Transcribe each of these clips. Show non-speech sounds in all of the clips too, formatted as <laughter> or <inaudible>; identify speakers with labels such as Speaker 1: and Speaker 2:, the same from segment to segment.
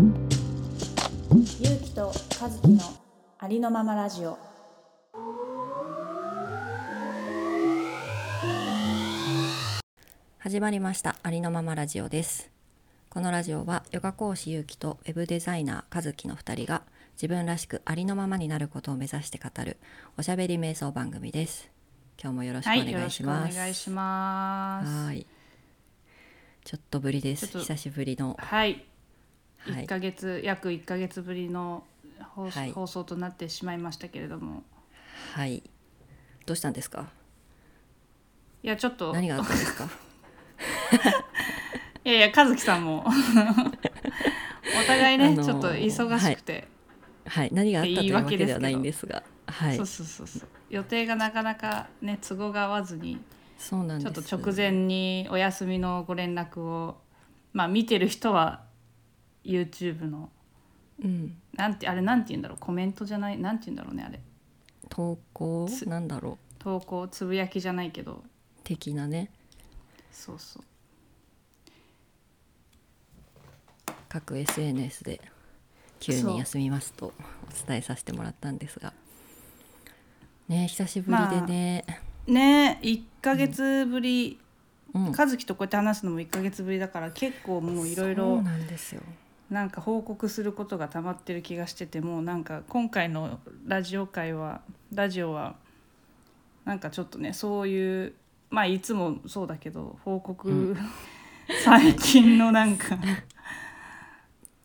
Speaker 1: ゆうきと和樹のありのままラジオ
Speaker 2: 始まりましたありのままラジオですこのラジオはヨガ講師ゆうきとウェブデザイナー和樹の2人が自分らしくありのままになることを目指して語るおしゃべり瞑想番組です今日もよろしくお
Speaker 3: はい、よ
Speaker 2: 願
Speaker 3: ろ
Speaker 2: い
Speaker 3: し
Speaker 2: し
Speaker 3: くお
Speaker 2: ます、
Speaker 3: 願いします。
Speaker 2: はーいちょっとぶりで
Speaker 3: ち
Speaker 2: す
Speaker 3: ょっと
Speaker 2: 久しぶりの
Speaker 3: はい、一、
Speaker 2: はい
Speaker 3: ヶ月約一ヶ月ぶりの放,、
Speaker 2: はい
Speaker 3: 放送となってしまいましたけれども、
Speaker 2: はいどうしたんですか
Speaker 3: いやちょっと
Speaker 2: 何があったんです
Speaker 3: <laughs>
Speaker 2: か
Speaker 3: いやいや和樹さん
Speaker 2: <laughs>
Speaker 3: もお互いね、
Speaker 2: あのー
Speaker 3: ちょっと忙しくて、
Speaker 2: はい何があったと
Speaker 3: 言
Speaker 2: い
Speaker 3: いう
Speaker 2: わ
Speaker 3: 訳
Speaker 2: け
Speaker 3: です
Speaker 2: で
Speaker 3: けど
Speaker 2: はないんですがはい
Speaker 3: そうそうそうそう予定がなかなかね都合が合わずに
Speaker 2: そうなん
Speaker 3: ちょ
Speaker 2: で
Speaker 3: っ
Speaker 2: す
Speaker 3: と直前にお休みのご連絡をまあ見てる人は YouTube の
Speaker 2: うん
Speaker 3: なんてあれなんて言うんだろうコメントじゃないなんて言うんだろうねあれ
Speaker 2: 投稿
Speaker 3: つ
Speaker 2: なんだろう
Speaker 3: 投稿つぶやきじゃないけど
Speaker 2: 的なね
Speaker 3: そうそう
Speaker 2: 各 SNS で急に休みますとお伝えさせてもらったんですがね久しぶりでね、
Speaker 3: ねえ1ヶ月ぶり、
Speaker 2: うん
Speaker 3: 和樹とこうやって話すのも1ヶ月ぶりだから結構もういろい
Speaker 2: そう
Speaker 3: ろ
Speaker 2: なんですよ
Speaker 3: なんか報告することが溜まってる気がしててもうなんか今回のラジオ会はラジオはなんかちょっとねそういうまあいつもそうだけど報告、
Speaker 2: う
Speaker 3: <laughs> 最近のなんか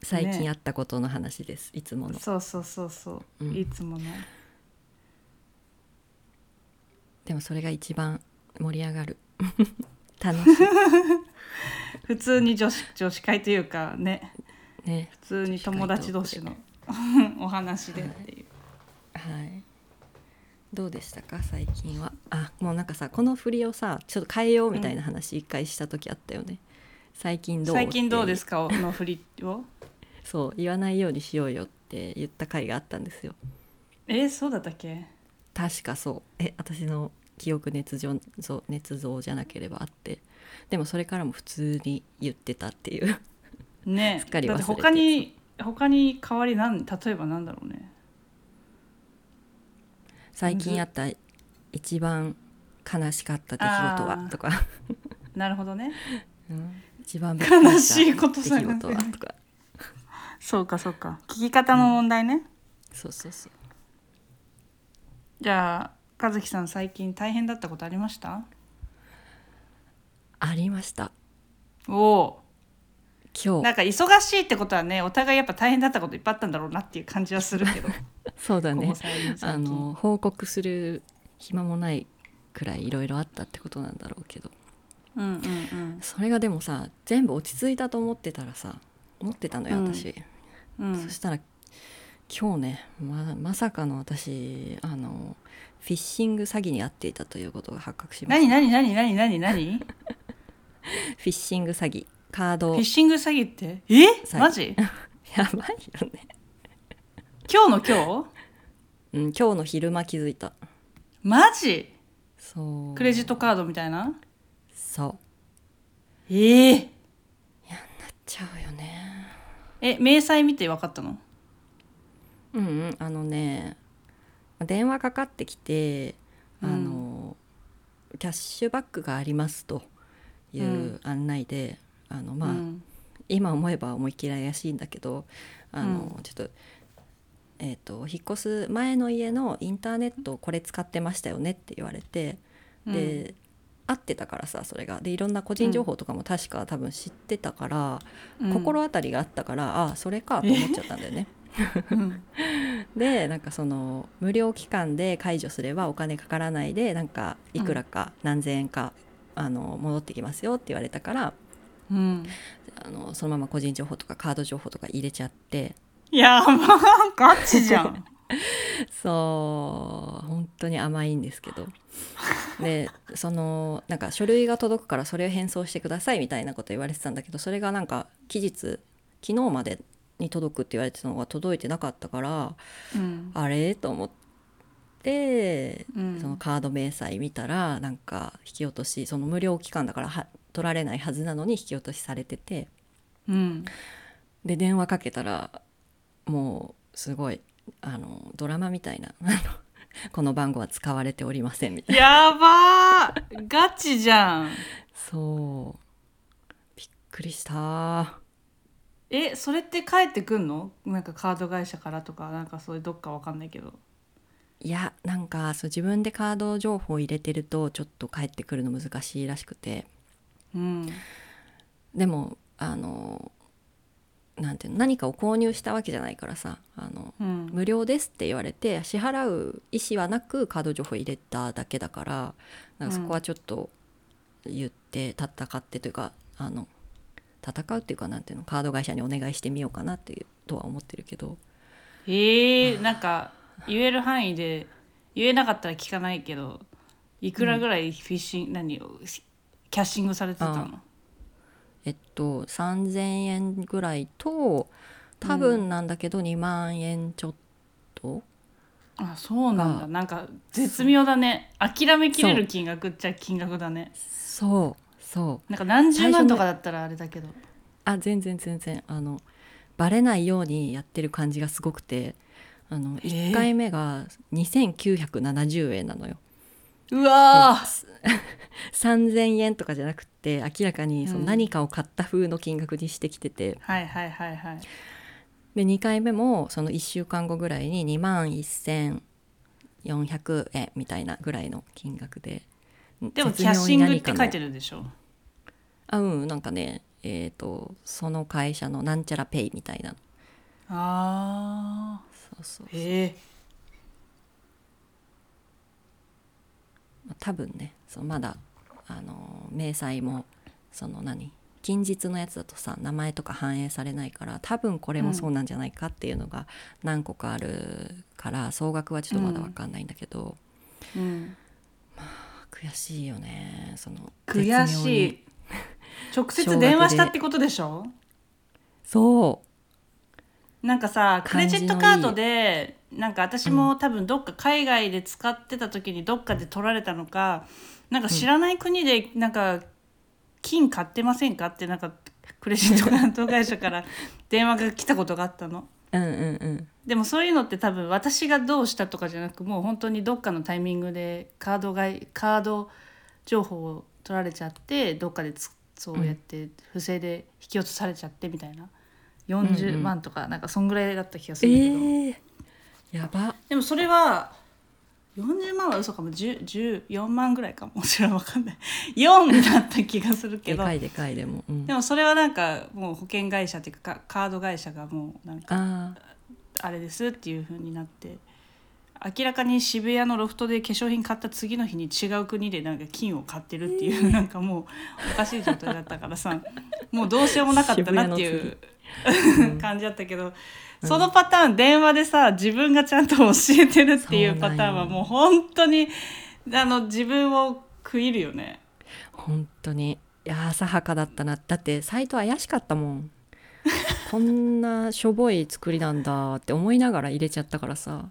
Speaker 2: 最近あったことの話です、いつも
Speaker 3: <laughs>
Speaker 2: の
Speaker 3: そうそうそうそう、
Speaker 2: うん
Speaker 3: いつもの
Speaker 2: でもそれが一番盛り
Speaker 3: <laughs>
Speaker 2: 上がる楽し
Speaker 3: 普通に女子女子会というかね
Speaker 2: いね
Speaker 3: <laughs> 普通に友達同士のお話でっていう。
Speaker 2: はいどうでしたか最近はあもうなんかさこの振りをさちょっと変えようみたいな話一回した時あったよね、最近どう
Speaker 3: 最近どうです
Speaker 2: か
Speaker 3: かの振りを
Speaker 2: そう言わないようにしようよって言った回があったんですよ
Speaker 3: えー、そうだったっけ
Speaker 2: 確かそうえ私の記憶捏造そう捏造じゃなければあってでもそれからも普通に言ってたって
Speaker 3: <laughs>
Speaker 2: いう
Speaker 3: ね
Speaker 2: すっかり忘
Speaker 3: だっ
Speaker 2: れて
Speaker 3: て他に他に代わりなん例えばなんだろうね
Speaker 2: 最近あった一番悲しかった出来事
Speaker 3: あ
Speaker 2: は
Speaker 3: ー
Speaker 2: とか、
Speaker 3: なるほどね
Speaker 2: うん一番びっくり
Speaker 3: 悲しいこと
Speaker 2: 出
Speaker 3: 探
Speaker 2: 来
Speaker 3: せ
Speaker 2: 事はとか
Speaker 3: そうかそうか聞き方の問題ね、
Speaker 2: そうそうそう
Speaker 3: じゃあ和樹さん最近大変だったことありました
Speaker 2: ありました
Speaker 3: お
Speaker 2: 今
Speaker 3: おな
Speaker 2: 日
Speaker 3: んか忙しいってことはねお互いやっぱ大変だったこといっぱいあったんだろうなっていう感じはするけど
Speaker 2: <laughs> そうだ
Speaker 3: こ
Speaker 2: ね
Speaker 3: こ最近
Speaker 2: あの報告する暇もないくらいいろいろあったってことなんだろうけど
Speaker 3: うんうんうん
Speaker 2: それがでもさ全部落ち着いたと思ってたらさ思ってたのよ
Speaker 3: うん
Speaker 2: 私、
Speaker 3: うん
Speaker 2: そしたら今日ねままさかの私あのフィッシング詐欺に遭っていたということが発覚しまし
Speaker 3: 何
Speaker 2: た
Speaker 3: 何何何何何フ
Speaker 2: フィッシング詐欺カード
Speaker 3: ィッシング詐欺ってえ
Speaker 2: 詐欺
Speaker 3: マジ
Speaker 2: <laughs> やばいよね、
Speaker 3: 今日の今日
Speaker 2: うん、今日の昼間気づいた
Speaker 3: マジ
Speaker 2: そう
Speaker 3: クレジットカードみたいな
Speaker 2: そう
Speaker 3: ええ
Speaker 2: ちゃうよね
Speaker 3: え明細見て分かったの
Speaker 2: うんうんあのね電話かかってきてあの、キャッシュバックがありますというんう案内で、あのまあ、
Speaker 3: うん
Speaker 2: 今思えば思いっきり怪しいんだけどあの、
Speaker 3: う
Speaker 2: ちょっと,、えー、と引っ越す前の家のインターネットをこれ使ってましたよねって言われてで、合ってたからさそれがでいろんな個人情報とかも確か多分知ってたから、
Speaker 3: うん
Speaker 2: 心当たりがあったからああそれかと思っちゃったんだよね。
Speaker 3: うん
Speaker 2: でなんかその無料期間で解除すればお金かからないでなんかいくらか何千円か、あの戻ってきますよって言われたから
Speaker 3: うん
Speaker 2: あのそのまま個人情報とかカード情報とか入れちゃって。
Speaker 3: いやまあガチじゃ
Speaker 2: <laughs>
Speaker 3: ん
Speaker 2: そう本当に甘いんですけどでそのなんか書類が届くからそれを返送してくださいみたいなこと言われてたんだけどそれがなんか期日昨日までに届くって言われてたのが届いてなかったから
Speaker 3: うん
Speaker 2: あれと思って
Speaker 3: うん
Speaker 2: そのカード明細見たらなんか引き落としその無料期間だからは取られないはずなのに引き落としされてて
Speaker 3: うん
Speaker 2: で電話かけたらもうすごいあのドラマみたいなあ <laughs> のこの番号は使われておりませんみたいな
Speaker 3: やばーガチじゃん
Speaker 2: そうびっくりした
Speaker 3: えそれって返ってくんのなんかカード会社からとかなんかそういうどっかわかんないけど
Speaker 2: いやなんかそう自分でカード情報入れてるとちょっと返ってくるの難しいらしくて
Speaker 3: うん
Speaker 2: でもあのなんていうの何かを購入したわけじゃないからさあの
Speaker 3: うん
Speaker 2: 無料ですって言われて支払う意思はなくカード情報入れただけだからなんかそこはちょっと言って戦ってというかあの戦うっていうかなんていうのカード会社にお願いしてみようかなっていうとは思ってるけど
Speaker 3: えー、なんか言える範囲で言えなかったら聞かないけどいくらぐらいフィッシング、何をキャッシングされてたの
Speaker 2: えっと3,000円ぐらいと多分なんだけど2万円ちょっと、
Speaker 3: あそうなんだ
Speaker 2: あ
Speaker 3: なんか絶妙だね諦めきれる金額っちゃ金額だね
Speaker 2: そうそう
Speaker 3: なんか何十
Speaker 2: 最初
Speaker 3: 万
Speaker 2: の
Speaker 3: とかだったらあれだけど
Speaker 2: あ全然全然あのバレないようにやってる感じがすごくてあの
Speaker 3: えー
Speaker 2: 1回目が2970円なのよ。
Speaker 3: うわ
Speaker 2: 3000円とかじゃなくて明らかにその
Speaker 3: うん
Speaker 2: 何かを買った風の金額にしてきてて、
Speaker 3: はいはいはいはい
Speaker 2: で2回目もその1週間後ぐらいに2万1400円みたいなぐらいの金額で
Speaker 3: でもキャッシングって書いて
Speaker 2: る
Speaker 3: るでしょ
Speaker 2: あうんなんかねえー、とその会社のなんちゃらペイみたいなの
Speaker 3: ああ
Speaker 2: そうそう
Speaker 3: へえ
Speaker 2: まあ多分ねそのまだあのー明細もその何近日のやつだとさ名前とか反映されないから多分これもそうなんじゃないかっていうのが何個かあるから総額はちょっとまだ分かんないんだけど、
Speaker 3: うん、
Speaker 2: 悔しいよねその
Speaker 3: 悔
Speaker 2: 絶妙
Speaker 3: し
Speaker 2: に
Speaker 3: <laughs> い直接電話したってことでしょ
Speaker 2: そう
Speaker 3: なんかさクレジットカードでなんか私も多分どっか海外で使ってた時にどっかで取られたのかなんか知らない国でなんか金買ってませんかってなんかクレジットカード会社から電話が来たことがあったの。
Speaker 2: うんうんうん
Speaker 3: でもそういうのって多分私がどうしたとかじゃなくもう本当にどっかのタイミングでカードがカード情報を取られちゃってどっかでつそうやって不正で引き落とされちゃってみたいな、40万とかなんかそんぐらいだった気がす
Speaker 2: え
Speaker 3: るんだけど、
Speaker 2: ーやば
Speaker 3: でもそれは40万は嘘かも10 14万ぐらいかももちろんわかんない4だった気がするけ
Speaker 2: で
Speaker 3: ど
Speaker 2: かいでかいでも、うん、
Speaker 3: でもそれはなんかもう保険会社っていうかかカード会社がもうなんか
Speaker 2: あ
Speaker 3: あれですっていう風になって明らかに渋谷のロフトで化粧品買った次の日に違う国でなんか金を買ってるっていう、なんかもうおかしい状態だったからさ <laughs> もうどうしようもなかったなってい
Speaker 2: 渋谷
Speaker 3: う <laughs> 感じだったけど、そのパターン電話でさ自分がちゃんと教えてるっていうパターンは
Speaker 2: そうなんよ
Speaker 3: もう本当にあの自分を食いるよね。
Speaker 2: ー本当にいやー浅はかだったなだってサイト怪しかったもん <laughs> こんなしょぼい作りなんだって思いながら入れちゃったからさ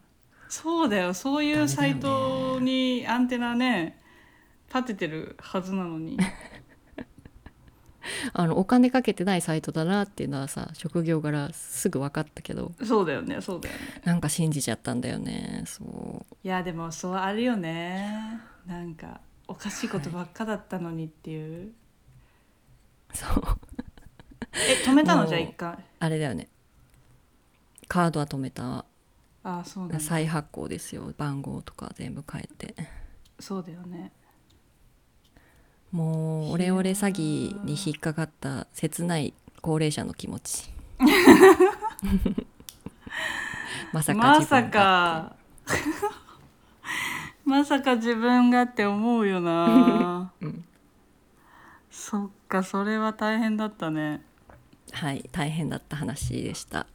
Speaker 3: そうだよそういうサイトにアンテナね立ててるはずなのに。
Speaker 2: あのお金かけてないサイトだなっていうのはさ職業柄すぐ分かったけど
Speaker 3: そうだよねそうだよね。
Speaker 2: なんか信じちゃったんだよねそ
Speaker 3: いやでもそうあるよねなんかおかしいことばっかだったのにっていう、
Speaker 2: うそう
Speaker 3: え止めた
Speaker 2: も
Speaker 3: の
Speaker 2: う
Speaker 3: じゃあ一回
Speaker 2: あれだよねカードは止めた
Speaker 3: ああそうなんだ
Speaker 2: 再発行ですよ番号とか全部変えて
Speaker 3: そうだよね
Speaker 2: もうオレオレ詐欺に引っかかった切ない高齢者の気持
Speaker 3: <laughs>
Speaker 2: ちまさか
Speaker 3: ま
Speaker 2: 自分が
Speaker 3: さかまさか自分がって思うよな、
Speaker 2: うん
Speaker 3: そっかそれは大変だったね
Speaker 2: はい大変だった話でした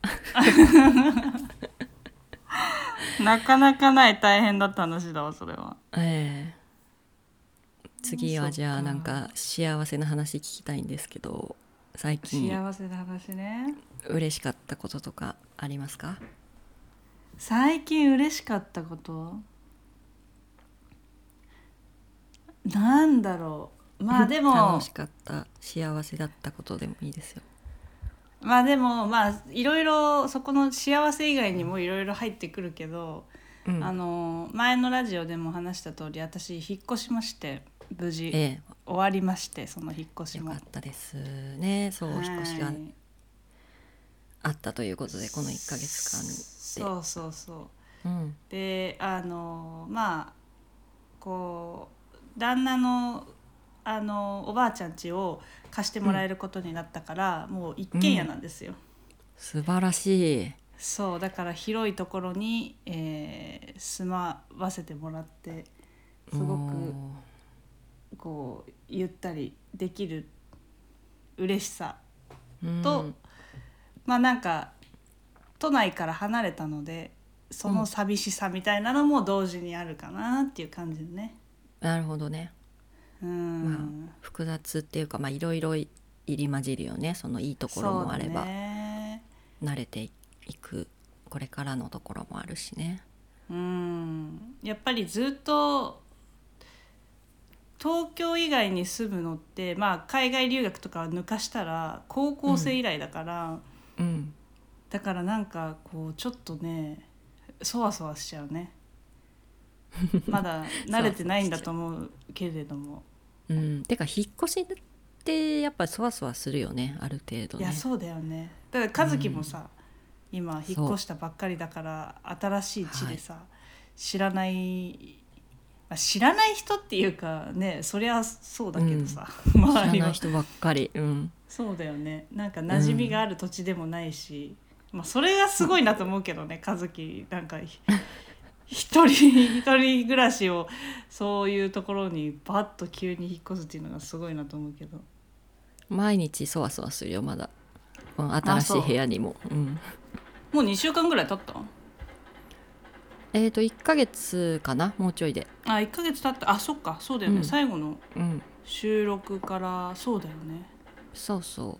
Speaker 3: なかなかない大変だった話だわそれは
Speaker 2: ええ次はじ
Speaker 3: そ
Speaker 2: ゃ
Speaker 3: っ
Speaker 2: あ
Speaker 3: か
Speaker 2: なんか幸せな話聞きたいんですけど最近
Speaker 3: 幸せな話ね
Speaker 2: 嬉しかったこととかありますか
Speaker 3: 最近嬉しかったことなんだろうまあでも
Speaker 2: 楽しかった幸せだったことでもいいですよ
Speaker 3: まあでもまあいろいろそこの幸せ以外にもいろいろ入ってくるけど、
Speaker 2: うん
Speaker 3: あの前のラジオでも話した通り私引っ越しまして無事終
Speaker 2: え
Speaker 3: わりましてその引っ越
Speaker 2: え
Speaker 3: し
Speaker 2: よ
Speaker 3: も
Speaker 2: かっ。たですねそうお
Speaker 3: はい
Speaker 2: 引っ越しがあったということでこの1ヶ月間で
Speaker 3: そうそうそう
Speaker 2: うん
Speaker 3: であのまあこう旦那のあのおばあちゃん家を貸してもらえることになったから、もう一軒家なんですよ、
Speaker 2: 素晴らしい
Speaker 3: そうだから広いところに、えー住まわせてもらってすごく
Speaker 2: お
Speaker 3: こうゆったりできる嬉しさ
Speaker 2: ー
Speaker 3: と、
Speaker 2: うん
Speaker 3: まあなんか都内から離れたのでその寂しさみたいなのも同時にあるかなっていう感じでね。
Speaker 2: なるほどね
Speaker 3: うん、
Speaker 2: まあ複雑っていうかまあいろいろ入り混じるよねそのいいところもあれ
Speaker 3: そう
Speaker 2: ば、
Speaker 3: だね
Speaker 2: 慣れていくこれからのところもあるしね
Speaker 3: うんやっぱりずっと東京以外に住むのって、まあ、海外留学とか抜かしたら高校生以来だから、
Speaker 2: うん
Speaker 3: だからなんかこうちょっとねそわそわしちゃうねまだ慣れてないんだと思うけれども、
Speaker 2: うんてか引っ越しってやっぱそわそわするよねある程度
Speaker 3: いや
Speaker 2: ね
Speaker 3: そうだよねだから和樹もさ、今引っ越したばっかりだから新しい地でさ、知らない、まあ、知らない人っていうかねそりゃそうだけどさ、
Speaker 2: 知ら
Speaker 3: <laughs> 周り
Speaker 2: な
Speaker 3: はい
Speaker 2: 人ばっかりうん
Speaker 3: そうだよねなんか馴染みがある土地でもないし、まあ、それがすごいなと思うけどね和樹なんかひ一人一人暮らしをそういうところにバッと急に引っ越すっていうのがすごいなと思うけど
Speaker 2: 毎日そわそわするよまだこの新
Speaker 3: あ
Speaker 2: し
Speaker 3: そ
Speaker 2: いう部屋にもうん
Speaker 3: もう2週間ぐらい経った
Speaker 2: えっ、と1ヶ月かなもうちょいで
Speaker 3: あ1ヶ月経ったあそっかそうだよね、
Speaker 2: うん
Speaker 3: 最後の
Speaker 2: うん
Speaker 3: 収録からそうだよね
Speaker 2: そうそう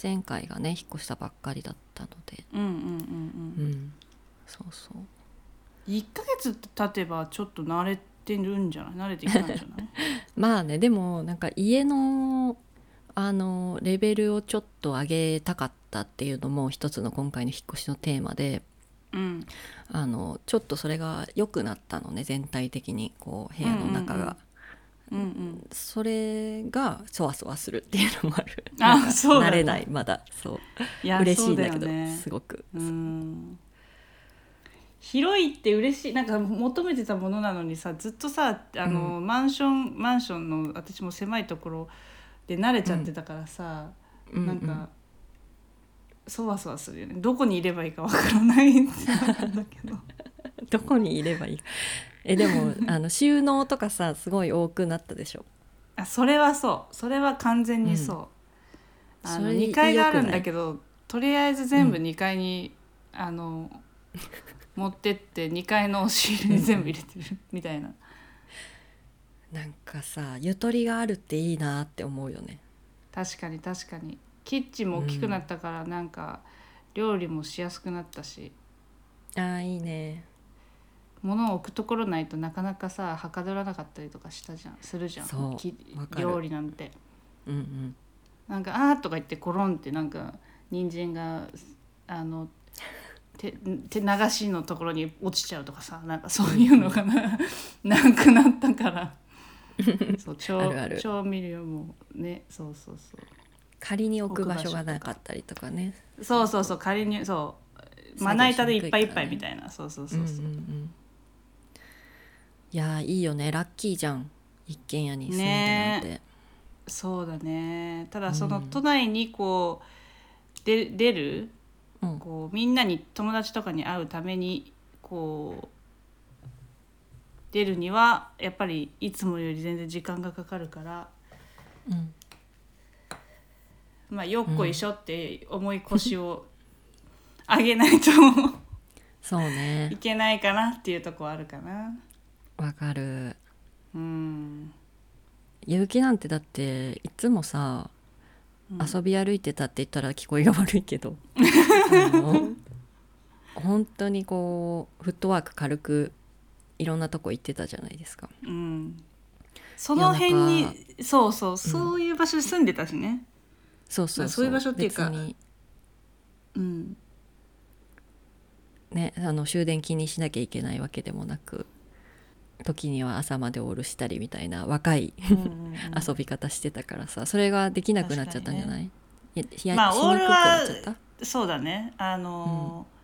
Speaker 2: 前回がね引っ越したばっかりだったので
Speaker 3: うんうんうんう、
Speaker 2: うんんそうそう
Speaker 3: 1ヶ月経てばちょっと慣れてるんじゃない慣れてきたんじゃない
Speaker 2: まあねでもなんか家のあのレベルをちょっと上げたかったっていうのも一つの今回の引っ越しのテーマで
Speaker 3: <laughs> うん
Speaker 2: あのちょっとそれが良くなったのね全体的にこう部屋の中が、
Speaker 3: うんうんうんうん
Speaker 2: それがそわそわするっていうのもある
Speaker 3: あ
Speaker 2: なんか
Speaker 3: そうなんだ
Speaker 2: 慣れないまだそう
Speaker 3: いや
Speaker 2: 嬉しいんだけ
Speaker 3: そう
Speaker 2: ど
Speaker 3: よね
Speaker 2: すごく
Speaker 3: うん広いって嬉しいなんか求めてたものなのにさずっとさあの、マンションマンションの私も狭いところで慣れちゃってたからさ、
Speaker 2: うん
Speaker 3: なん
Speaker 2: うん
Speaker 3: かそわそわするよねどこにいればいいかわからないんだけ
Speaker 2: <laughs>
Speaker 3: ど
Speaker 2: どこにいればいいかえで <laughs> もあの収納とかさすごい多くなったでしょ
Speaker 3: あそれはそうそれは完全にそう、
Speaker 2: うん
Speaker 3: あ
Speaker 2: そ
Speaker 3: の
Speaker 2: れ
Speaker 3: 2階がある
Speaker 2: 良
Speaker 3: ん
Speaker 2: くない
Speaker 3: だけどとりあえず全部2階に、あの持ってって2階の押し入れに全部入れて
Speaker 2: <laughs>
Speaker 3: るみたいな。
Speaker 2: なんかさゆとりがあるっていいなって思うよね
Speaker 3: 確かに確かにキッチンも大きくなったからなんか料理もしやすくなったし、
Speaker 2: あーいいね
Speaker 3: 物を置くところないとなかなかさはかどらなかったりとかしたじゃんするじゃん
Speaker 2: そう
Speaker 3: き
Speaker 2: わかる
Speaker 3: 料理なんて
Speaker 2: うんうん
Speaker 3: なんか「あー」とか言ってコロンってなんか人参があの手手流しのところに落ちちゃうとかさなんかそういうのがななくなったからそう調
Speaker 2: あるある
Speaker 3: 調味料もねそうそうそう
Speaker 2: 仮に置く場所がなかったりとかね
Speaker 3: そうそうそう仮にそうまな板でいっぱいいっぱいみたいなそうそうそうそう、
Speaker 2: んんんいやーいいよねラッキーじゃん一軒家に住んでなんて、
Speaker 3: そうだねただそうの
Speaker 2: ん
Speaker 3: 都内にこうで出る
Speaker 2: うん
Speaker 3: こうみんなに友達とかに会うためにこう出るにはやっぱりいつもより全然時間がかかるから、
Speaker 2: うん、
Speaker 3: まあ、よっこいしょって重い腰を上げないと
Speaker 2: そう
Speaker 3: い
Speaker 2: ね
Speaker 3: けないかなっていうとこはあるかな。
Speaker 2: わかる
Speaker 3: うん
Speaker 2: 結城なんてだっていつもさ
Speaker 3: うん
Speaker 2: 遊び歩いてたって言ったら聞こえが悪い
Speaker 3: <laughs>
Speaker 2: けどあの本当にこうフットワーク軽くいろんなとこ行ってたじゃないですか。
Speaker 3: うん、その辺
Speaker 2: いやなん
Speaker 3: にそうそうそういう場所に住んでたしね、
Speaker 2: そうそう
Speaker 3: そういう場所っていうか
Speaker 2: 別に
Speaker 3: うん、
Speaker 2: ね、あの終電気にしなきゃいけないわけでもなく時には朝までオールしたりみたいな若い <laughs> 遊び方してたからさそれができなくなっちゃったんじゃない、いやいや
Speaker 3: まあ
Speaker 2: しにくくなっちゃった
Speaker 3: そうだねあのー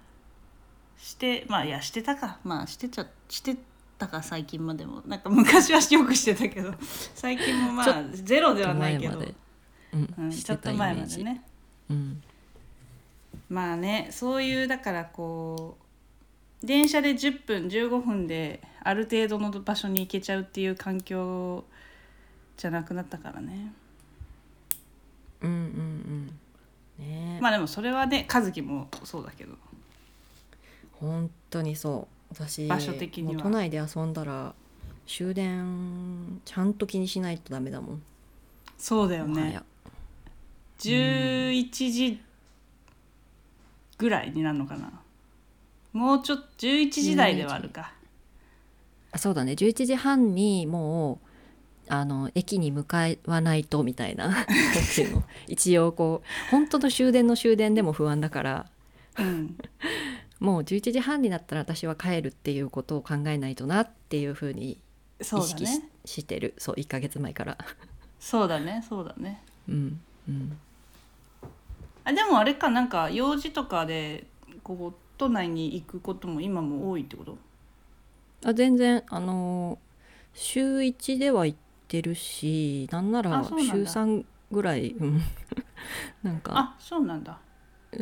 Speaker 3: してまあいやしてたかまあしてちゃしてたか最近までもなんか昔はよくしてたけど <laughs> 最近もま
Speaker 2: ち
Speaker 3: あゼロではないけ
Speaker 2: ちょっ
Speaker 3: ど
Speaker 2: と、前まで、
Speaker 3: う
Speaker 2: うん
Speaker 3: ん、
Speaker 2: し
Speaker 3: ちょ
Speaker 2: て
Speaker 3: ったと
Speaker 2: イメ
Speaker 3: 前
Speaker 2: ー
Speaker 3: ま
Speaker 2: ジ
Speaker 3: でね
Speaker 2: うん、
Speaker 3: まあねそういうだからこう電車で10分15分である程度の場所に行けちゃうっていう環境じゃなくなったからね
Speaker 2: うんうんうんねえ、
Speaker 3: まあでもそれはね和樹もそうだけど
Speaker 2: 本当にそう私
Speaker 3: 場所的には
Speaker 2: もう都内で遊んだら終電ちゃんと気にしないとダメだもん
Speaker 3: そうだよ
Speaker 2: もは
Speaker 3: ね
Speaker 2: や
Speaker 3: 11時ぐらいになるのかなもうちょっと11時台ではあるか
Speaker 2: あそうだね11時半にもうあの駅に向かわないとみた
Speaker 3: <laughs>
Speaker 2: いななんていうの一応こう本当の終電の終電でも不安だから
Speaker 3: うん
Speaker 2: もう11時半になったら私は帰るっていうことを考えないとなっていうふうに
Speaker 3: そ
Speaker 2: 意
Speaker 3: うだ
Speaker 2: 識し,、
Speaker 3: ね
Speaker 2: してるそう1ヶ月前から。
Speaker 3: そうだねそうだね
Speaker 2: うんうん、
Speaker 3: あでもあれかなんか用事とかでこう都内に行くことも今も多いってこと
Speaker 2: あ全然あのー週1では行ってるしなんな
Speaker 3: あ
Speaker 2: ら
Speaker 3: そうなんだ
Speaker 2: 週3ぐら
Speaker 3: <laughs>
Speaker 2: いうんなんか
Speaker 3: あそうなんだ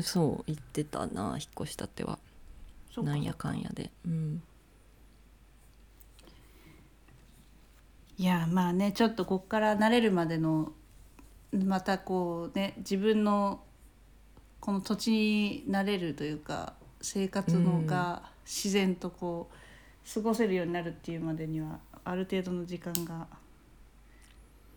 Speaker 2: そう行ってたな引っ越したっては
Speaker 3: そうか
Speaker 2: なんやかんやで。うん
Speaker 3: いやまあねちょっとこっから慣れるまでのまたこうね自分のこの土地に慣れるというか生活のが自然とこう過ごせるようになるっていうまでにはある程度の時間が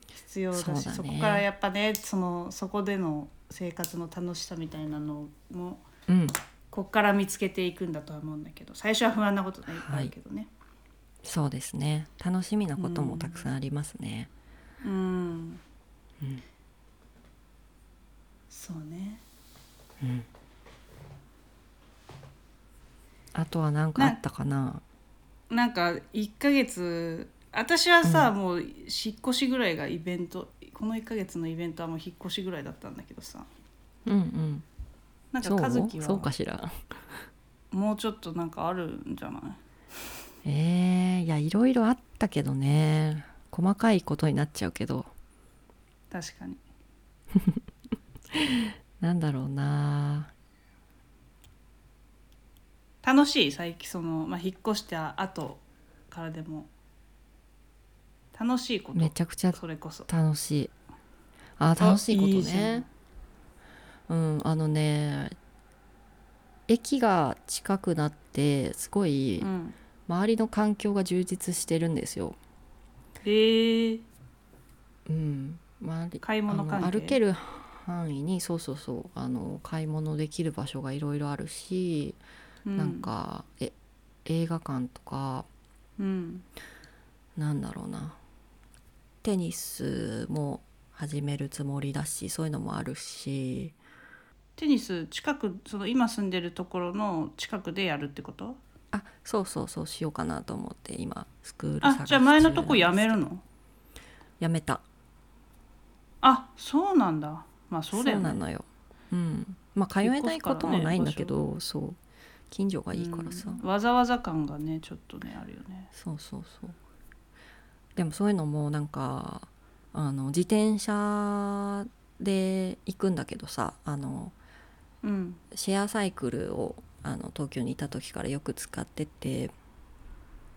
Speaker 3: 必要だし
Speaker 2: そうだ
Speaker 3: そ
Speaker 2: ね
Speaker 3: こからやっぱねそのそこでの生活の楽しさみたいなのも
Speaker 2: うん、
Speaker 3: こっから見つけていくんだとは思うんだけど最初は不安なことがいっぱいあるけどね。
Speaker 2: そうですね。楽しみなこともたくさんありますね。
Speaker 3: うん
Speaker 2: うん
Speaker 3: そうね
Speaker 2: あとは何かあったかな。
Speaker 3: なんか1ヶ月私はさ、もう引っ越しぐらいがイベントこの1ヶ月のイベントはもう引っ越しぐらいだったんだけどさ
Speaker 2: うんうん。
Speaker 3: なんか
Speaker 2: そう
Speaker 3: 和樹
Speaker 2: そうか
Speaker 3: は
Speaker 2: しら。
Speaker 3: もうちょっとなんかあるんじゃない
Speaker 2: えー、いやいろいろあったけどね。細かいことになっちゃうけど、
Speaker 3: 確かに
Speaker 2: なんだろうな。
Speaker 3: 楽しい最近その、まあ、引っ越した後からでも楽しいこ
Speaker 2: めちゃくちゃ
Speaker 3: とそれこそ
Speaker 2: 楽しい。あー楽しいことね。
Speaker 3: あいいじゃん
Speaker 2: うん、あのね。駅が近くなってすごい
Speaker 3: うん
Speaker 2: 周りの環境が充実してるんですよ。
Speaker 3: えー、
Speaker 2: うん、周り
Speaker 3: 買い物関
Speaker 2: あの
Speaker 3: 係
Speaker 2: 歩ける範囲にそうそうそうあの買い物できる場所がいろいろあるし、
Speaker 3: う
Speaker 2: なんかえ映画館とか
Speaker 3: うん
Speaker 2: なんだろうなテニスも始めるつもりだしそういうのもあるし
Speaker 3: テニス近くその今住んでるところの近くでやるってこと
Speaker 2: あそうそうそうしようかなと思って今スクール探し
Speaker 3: あじゃあ前のとこ
Speaker 2: 中
Speaker 3: や
Speaker 2: なんです
Speaker 3: めるの
Speaker 2: やめた
Speaker 3: あそうなんだまあそうだよ
Speaker 2: な
Speaker 3: ね
Speaker 2: のよ、うん、まあ通えないこともないんだけど、そう近所がいいからさ、
Speaker 3: うんわざわざ感がねちょっとねあるよね
Speaker 2: そうそうそうでもそういうのもなんかあの自転車で行くんだけどさあの
Speaker 3: うん
Speaker 2: シェアサイクルをあの東京にいた時からよく使っててで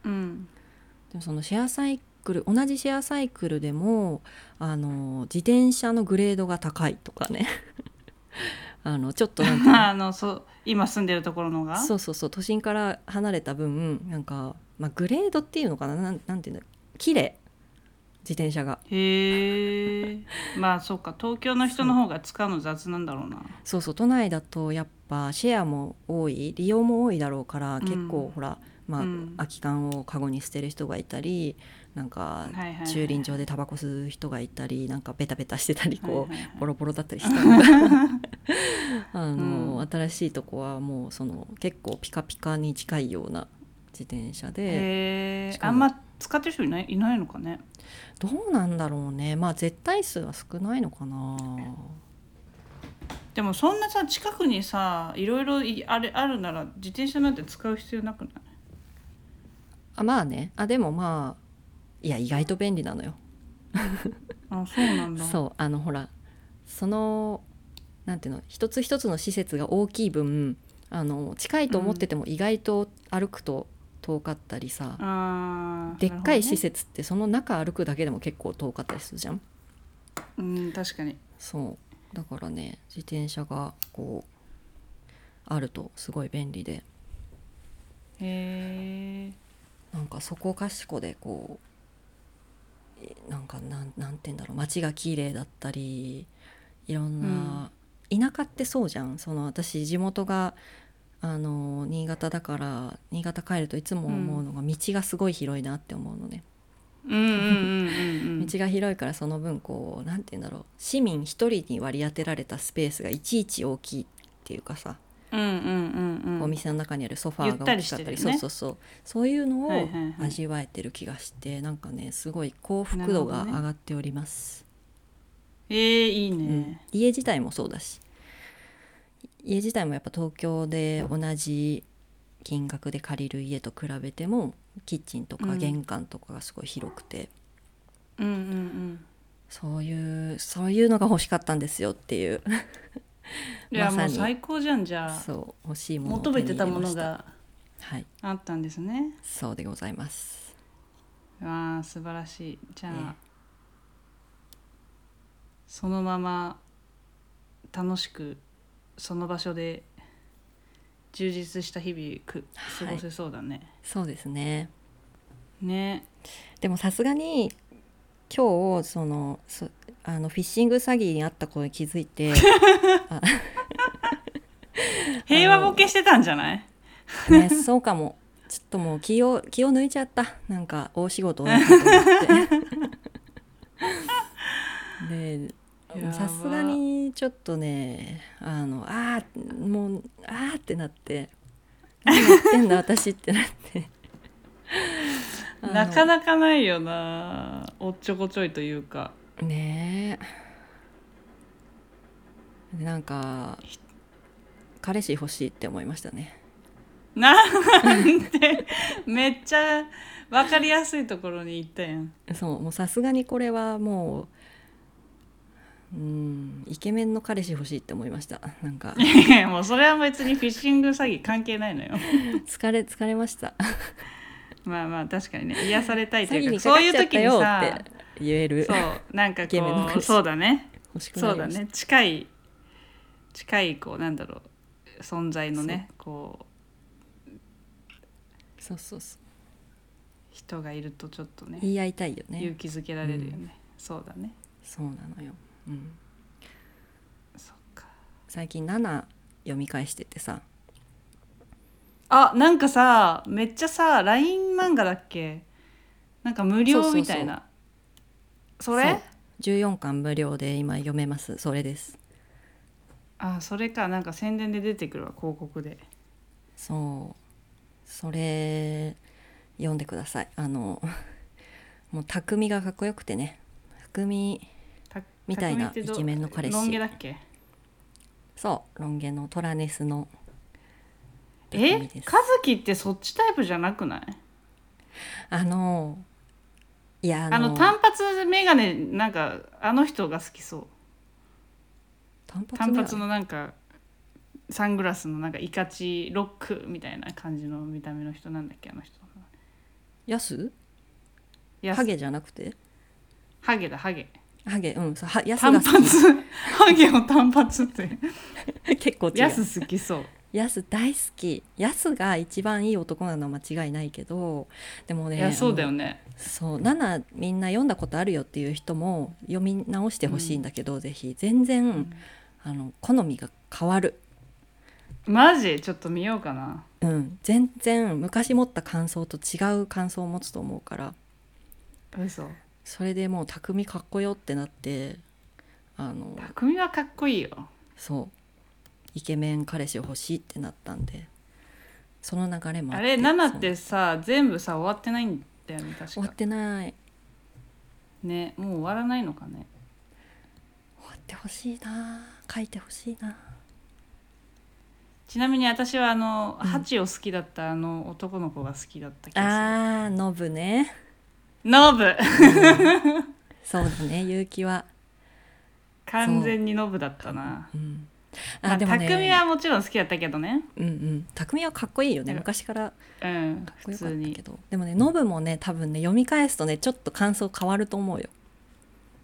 Speaker 3: うん <laughs>
Speaker 2: もそのシェアサイクル同じシェアサイクルでもあの自転車のグレードが高いとかね <laughs> あのちょっとなんか
Speaker 3: <laughs> あのそう今住んでるところのが
Speaker 2: そうそうそう都心から離れた分なんか、まあ、グレードっていうのかななんなんていうんだ綺麗自転車が
Speaker 3: へえまあそうか東京の人の方が使うの雑なんだろうな
Speaker 2: そうそう都内だとやっぱシェアも多い利用も多いだろうから
Speaker 3: ん
Speaker 2: 結構ほら、まあ
Speaker 3: うん
Speaker 2: 空き缶をカゴに捨てる人がいたりなんか
Speaker 3: いはいはい
Speaker 2: 駐輪場でタバコ吸う人がいたりなんかベタベタしてたりこう、
Speaker 3: はいはいはい
Speaker 2: ボロボロだったりして
Speaker 3: <laughs>
Speaker 2: あの、
Speaker 3: うん
Speaker 2: 新しいとこはもうその結構ピカピカに近いような自転車で
Speaker 3: へえ
Speaker 2: しかも
Speaker 3: あんま使ってる人いないいないのかね
Speaker 2: どうなんだろうねまあ絶対数は少ないのかな。
Speaker 3: でもそんなさ近くにさいろいろいあれあるなら自転車なんて使う必要なくない
Speaker 2: あまあねあでもまあいや意外と便利なのよ。
Speaker 3: あそうなんだ
Speaker 2: そうあのほらそのなんていうの一つ一つの施設が大きい分あの近いと思ってても意外と歩くと遠かったりさ、
Speaker 3: あー
Speaker 2: でっかい
Speaker 3: なるほどね
Speaker 2: 施設ってその中歩くだけでも結構遠かったりするじゃん
Speaker 3: うん確かに
Speaker 2: そうだからね自転車がこうあるとすごい便利で
Speaker 3: <laughs> へえ
Speaker 2: なんかそこかしこでこうえなんかなんなんて言うんだろう街が綺麗だったりいろんな、田舎ってそうじゃんその私地元があの新潟だから新潟帰るといつも思うのが、道がすごい広いなって思うのね、
Speaker 3: うんうんうんうんうん
Speaker 2: 道が広いからその分こうなんて言うんだろう市民一人に割り当てられたスペースがいちいち大きいっていうかさ、
Speaker 3: うんうんうんうん
Speaker 2: お店の中にあるソファーが大きか
Speaker 3: ゆった
Speaker 2: ったり
Speaker 3: りしてるよ
Speaker 2: そう
Speaker 3: ね
Speaker 2: そうそうそういうの
Speaker 3: はいは
Speaker 2: を
Speaker 3: いはい
Speaker 2: 味わえてる気がして、なんかねすごい幸福度
Speaker 3: な
Speaker 2: が
Speaker 3: るほどね
Speaker 2: 上がっております、
Speaker 3: えー、いい
Speaker 2: うん
Speaker 3: ね、
Speaker 2: 家自体もそうだし家自体もやっぱ東京で同じ金額で借りる家と比べてもキッチンと
Speaker 3: う
Speaker 2: か
Speaker 3: ん
Speaker 2: 玄関とかがすごい広くて、
Speaker 3: うん、うんうん
Speaker 2: そういうそういうのが欲しかったんですよっていう
Speaker 3: いや、
Speaker 2: まさ
Speaker 3: もう
Speaker 2: に
Speaker 3: 最高じゃんじゃあ
Speaker 2: <laughs> そう欲しいものを
Speaker 3: 求めてたも
Speaker 2: 手
Speaker 3: の
Speaker 2: に入れま
Speaker 3: が
Speaker 2: したはい
Speaker 3: あったんですね
Speaker 2: そうでございます
Speaker 3: わあ素晴らしいじゃあ、
Speaker 2: ね
Speaker 3: そのまま楽しくその場所で充実した日々く
Speaker 2: は
Speaker 3: 過
Speaker 2: い
Speaker 3: ごせそうだね、
Speaker 2: そうですね
Speaker 3: ね
Speaker 2: でもさすがに今日そのそあのフィッシング詐欺にあったことに気づいて
Speaker 3: 平和ボケしてたんじゃない
Speaker 2: ねそうかもちょっともう気を気を抜いちゃったなんか大仕事をやったと思って。で
Speaker 3: やば
Speaker 2: さすがにちょっとねあのあーもうあーってなって何やってんだ私ってなってあの
Speaker 3: なかなかないよなおっちょこちょいというか
Speaker 2: ねえでなんか彼氏欲しいって思いましたね
Speaker 3: なんてめっちゃ分かりやすいところに行ったやん
Speaker 2: そうもうさすがにこれはもううんイケメンの彼氏欲しいって思いましたなん
Speaker 3: <laughs>
Speaker 2: か
Speaker 3: いやもうそれは別にフィッシング詐欺関係ないのよ
Speaker 2: 疲れ疲れました
Speaker 3: まあまあ確かにね癒されたいと
Speaker 2: 詐
Speaker 3: い
Speaker 2: 欺
Speaker 3: うか
Speaker 2: に
Speaker 3: そ
Speaker 2: か
Speaker 3: う
Speaker 2: か
Speaker 3: い
Speaker 2: っ
Speaker 3: う
Speaker 2: ちゃっ
Speaker 3: 時
Speaker 2: た
Speaker 3: に
Speaker 2: よ
Speaker 3: さ
Speaker 2: って言える <laughs>
Speaker 3: そうなんか
Speaker 2: イケメンの
Speaker 3: こ
Speaker 2: 彼
Speaker 3: う
Speaker 2: 氏
Speaker 3: そうだね
Speaker 2: 欲しくな
Speaker 3: そう
Speaker 2: り
Speaker 3: だ
Speaker 2: ました
Speaker 3: ね近い近いこうなんだろう存在のねこう
Speaker 2: そうそうそう
Speaker 3: 人がいるとちょっとね
Speaker 2: 言い合いたいよ
Speaker 3: 勇
Speaker 2: ね
Speaker 3: 気づけられるよね、そうだね
Speaker 2: そうなのよ、うん、
Speaker 3: そっか
Speaker 2: 最近7読み返しててさ
Speaker 3: あなんかさめっちゃさ LINE 漫画だっけなんか無料みたいなそれ
Speaker 2: そう14巻無料で今読めますそれです
Speaker 3: あそれかなんか宣伝で出てくるわ広告で
Speaker 2: そうそれ読んでくださいあのもう匠がかっこよくてね匠
Speaker 3: た
Speaker 2: みたい
Speaker 3: 匠
Speaker 2: な
Speaker 3: ってど
Speaker 2: イケメンの彼氏
Speaker 3: ロン毛だっけ
Speaker 2: そうロン毛のトラネスの
Speaker 3: え
Speaker 2: 匠です
Speaker 3: 和樹ってそっちタイプじゃなくない
Speaker 2: あのいやあの
Speaker 3: あの単発メガネなんかあの人が好きそう
Speaker 2: 単
Speaker 3: 単
Speaker 2: には
Speaker 3: 発のなんかサングラスのなんかいかちロックみたいな感じの見た目の人なんだっけあの人
Speaker 2: ヤス
Speaker 3: いや
Speaker 2: ハゲじゃなくて
Speaker 3: ハゲだハゲ
Speaker 2: ハゲうんそうはヤス
Speaker 3: 単 <laughs>
Speaker 2: が好
Speaker 3: 発ハゲを単発って
Speaker 2: き <laughs> 結構違
Speaker 3: ヤ
Speaker 2: う
Speaker 3: ス好きそう
Speaker 2: ヤス大好きヤスが一番いい男なのは間違いないけどでもね
Speaker 3: いやそうだよ
Speaker 2: ね
Speaker 3: ね
Speaker 2: そう7みんな読んだことあるよっていう人も読み直してほしいんだけど、ぜひ全然、あの好みが変わる
Speaker 3: マジちょっと見ようかな
Speaker 2: うん全然昔持った感想と違う感想を持つと思うから
Speaker 3: 嘘
Speaker 2: それでもう匠かっこよってなってあの
Speaker 3: 匠はかっこいいよ
Speaker 2: そうイケメン彼氏欲しいってなったんでその流れも
Speaker 3: あ
Speaker 2: って
Speaker 3: れ7ってさ全部さ終わってないんだよね確か
Speaker 2: そう終わってない
Speaker 3: ねもう終わらないのかね
Speaker 2: 終わってほしいな書いてほしいな
Speaker 3: ちなみに私はあの、
Speaker 2: うん
Speaker 3: ハチを好きだったあの男の子が好きだった気が
Speaker 2: あーノブね
Speaker 3: するノ
Speaker 2: <laughs>
Speaker 3: ブ
Speaker 2: そうだね結城は
Speaker 3: 完全にノブだったな
Speaker 2: うん
Speaker 3: まあ匠はもちろん好きだったけどね
Speaker 2: うんうん匠はかっこいいよね
Speaker 3: うん
Speaker 2: 昔から
Speaker 3: うん
Speaker 2: かっ
Speaker 3: 普
Speaker 2: こよか
Speaker 3: 通
Speaker 2: った
Speaker 3: に
Speaker 2: けどでもねノブもね多分ね読み返すとねちょっと感想変わると思うよ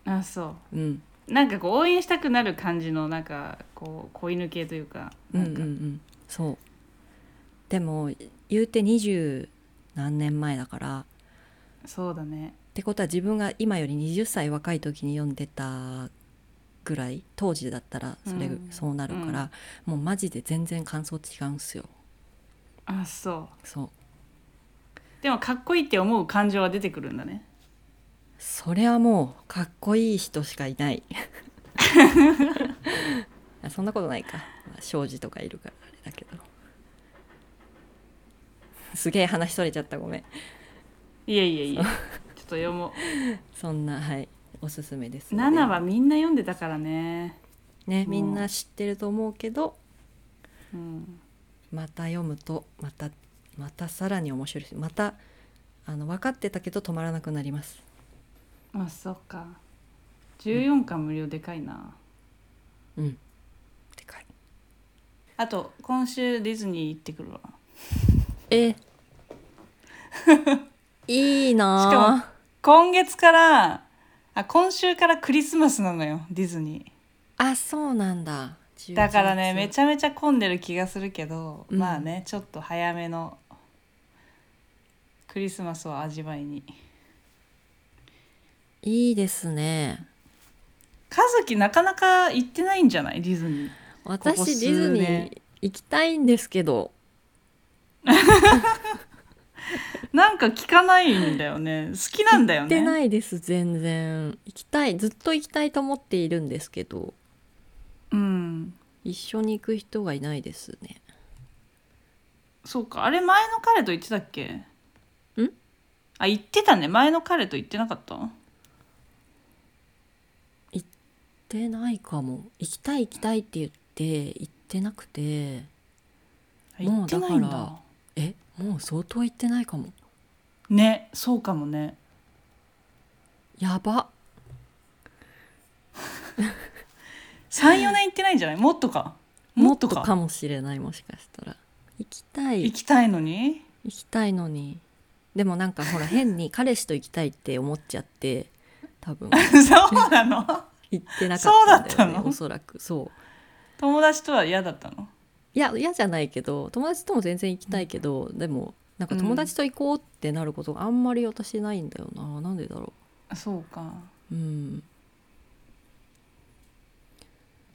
Speaker 3: あそ
Speaker 2: うん
Speaker 3: うなんかこう応援したくなる感じのなんかこう子犬系というか
Speaker 2: う
Speaker 3: なん
Speaker 2: うん
Speaker 3: ん
Speaker 2: う
Speaker 3: か
Speaker 2: んそうでも言うて二十何年前だから
Speaker 3: そうだね
Speaker 2: ってことは自分が今より20歳若い時に読んでたぐらい当時だったらそれ、
Speaker 3: うん
Speaker 2: そうなるから、もうマジで全然感想違うんすよ
Speaker 3: あそう
Speaker 2: そう
Speaker 3: でもかっこいいって思う感情は出てくるんだね
Speaker 2: それはもうかっこいい人しかいない
Speaker 3: <laughs>
Speaker 2: あそんなことないか、まあ、庄司とかいるからあれだけどすげえ話それちゃったごめん
Speaker 3: いやいやいやちょっと読も
Speaker 2: そんなはいおすすめです
Speaker 3: う
Speaker 2: ので
Speaker 3: 7はみんな読んでたからね
Speaker 2: ね
Speaker 3: もう
Speaker 2: みんな知ってると思うけど
Speaker 3: うん
Speaker 2: また読むとまたまたさらに面白いしまたあの分かってたけど止まらなくなります
Speaker 3: あそっか14巻無料でかいな、
Speaker 2: うんでかい
Speaker 3: あと今週ディズニー行ってくるわ
Speaker 2: え <laughs> いいなあ
Speaker 3: しかも今月からあ今週からクリスマスなのよディズニ
Speaker 2: あそうなんだ
Speaker 3: ーだからねめ
Speaker 2: ゃ
Speaker 3: ちゃめちゃ混んでる気がするけど、
Speaker 2: うん
Speaker 3: まあねちょっと早めのクリスマスを味わいに
Speaker 2: いいですね
Speaker 3: 和樹なかなか行ってないんじゃないディズニー
Speaker 2: 私
Speaker 3: ここ
Speaker 2: デ
Speaker 3: 数
Speaker 2: ィズニ
Speaker 3: 年
Speaker 2: ー行きたいんですけど
Speaker 3: なんか聞かないんだよね好きなんだよ
Speaker 2: 行って
Speaker 3: ね
Speaker 2: ないです全然行きたいずっと行きたいと思っているんですけど
Speaker 3: うん
Speaker 2: 一緒に行く人がいないですね
Speaker 3: そうかあれ前の彼と行ってたっけんあ行ってたね前の彼と行ってなかった
Speaker 2: 行ってないかも行きたい行きたいって言って行ってなくて
Speaker 3: 行ってないんだ
Speaker 2: もうだからえもう相当行ってないかも
Speaker 3: ねそうかもね
Speaker 2: やば
Speaker 3: 34年行ってないんじゃない
Speaker 2: <laughs>
Speaker 3: もっとか
Speaker 2: も
Speaker 3: も
Speaker 2: っ
Speaker 3: っ
Speaker 2: と
Speaker 3: とか
Speaker 2: かもしれないもしかしたら行きたい
Speaker 3: 行きたいの
Speaker 2: <laughs>
Speaker 3: に
Speaker 2: 行きたいのにでもなんか <laughs> ほら変に彼氏と行きたいって思っちゃって多分
Speaker 3: そうなの
Speaker 2: 行ってなかったんだよ、ね、
Speaker 3: そうだったの
Speaker 2: おそらくそう
Speaker 3: 友達とは嫌だったの
Speaker 2: いや嫌じゃないけど友達とも全然行きたいけど、でもなんか友達と行こうってなることがあんまり私ないんだよななんでだろ
Speaker 3: そうか
Speaker 2: ううん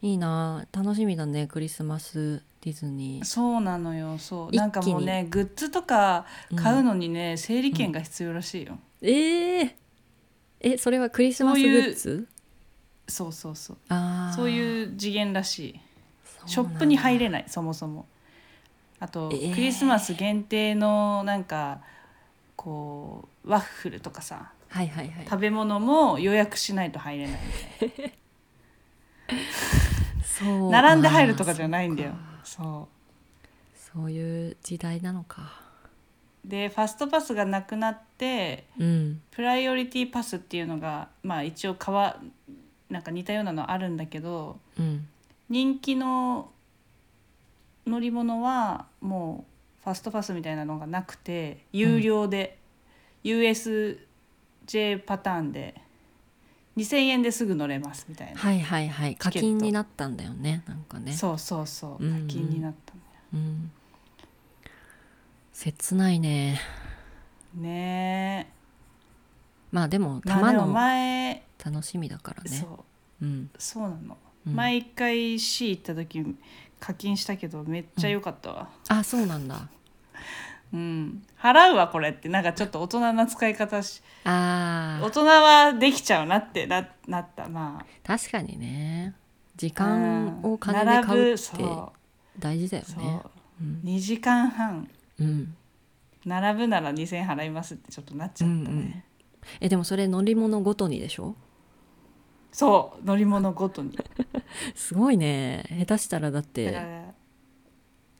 Speaker 2: いいな楽しみだねクリスマスディズニー
Speaker 3: そうなのよそう
Speaker 2: 一気に
Speaker 3: なんかもうねグッズとか買う
Speaker 2: の、
Speaker 3: のにね、整理券が必要らしいよ、
Speaker 2: えーえそれはクリスマスグッズ
Speaker 3: そうそうそう
Speaker 2: あー
Speaker 3: そういう次元らしい
Speaker 2: そう
Speaker 3: ショップに入
Speaker 2: なんだ
Speaker 3: れないそもそもあと、
Speaker 2: えー
Speaker 3: クリスマス限定のなんかこうワッフルとかさ
Speaker 2: はいはいはい
Speaker 3: 食べ物も予約しないと入れない
Speaker 2: そう
Speaker 3: 並んで入るとかじゃないんだよ
Speaker 2: あ
Speaker 3: そう
Speaker 2: ーそうかそういう時代なのか
Speaker 3: でファストパスがなくなって
Speaker 2: うん
Speaker 3: プライオリティパスっていうのがまあ一応変わなんか似たようなのあるんだけど
Speaker 2: うん
Speaker 3: 人気の乗り物はもうファストパスみたいなのがなくて有料で、USJ パターンで2,000円ですぐ乗れますみたいな、
Speaker 2: はいはいはい課
Speaker 3: チケット
Speaker 2: 金になったんだよねなんかね
Speaker 3: そうそうそう
Speaker 2: うんうん
Speaker 3: 課金になったんだよ、
Speaker 2: うん切ないね
Speaker 3: ね
Speaker 2: まあでも
Speaker 3: えまあ
Speaker 2: 玉
Speaker 3: でも
Speaker 2: の
Speaker 3: 前、
Speaker 2: 楽しみだからね
Speaker 3: そう
Speaker 2: うん
Speaker 3: そうなの、
Speaker 2: うん
Speaker 3: 前一回 C 行った時課金したけどめっちゃ良かったわ
Speaker 2: あそうなんだ
Speaker 3: うん、払うわこれってなんかちょっと大人な使い方し
Speaker 2: あ
Speaker 3: 大
Speaker 2: ー
Speaker 3: 人はできちゃうなってななったまあ
Speaker 2: 確かにね時
Speaker 3: 時
Speaker 2: 間を金で買うって
Speaker 3: そ
Speaker 2: 大事だよ
Speaker 3: うそう、
Speaker 2: ねうん
Speaker 3: 2時間半
Speaker 2: うん
Speaker 3: 並ぶなら2,000円払いますってちょっとなっちゃったね、
Speaker 2: うんうんえでもそれ乗り物ごとにでしょ
Speaker 3: そう乗り物ごとに
Speaker 2: すごいね下手したらだっ
Speaker 3: だから
Speaker 2: て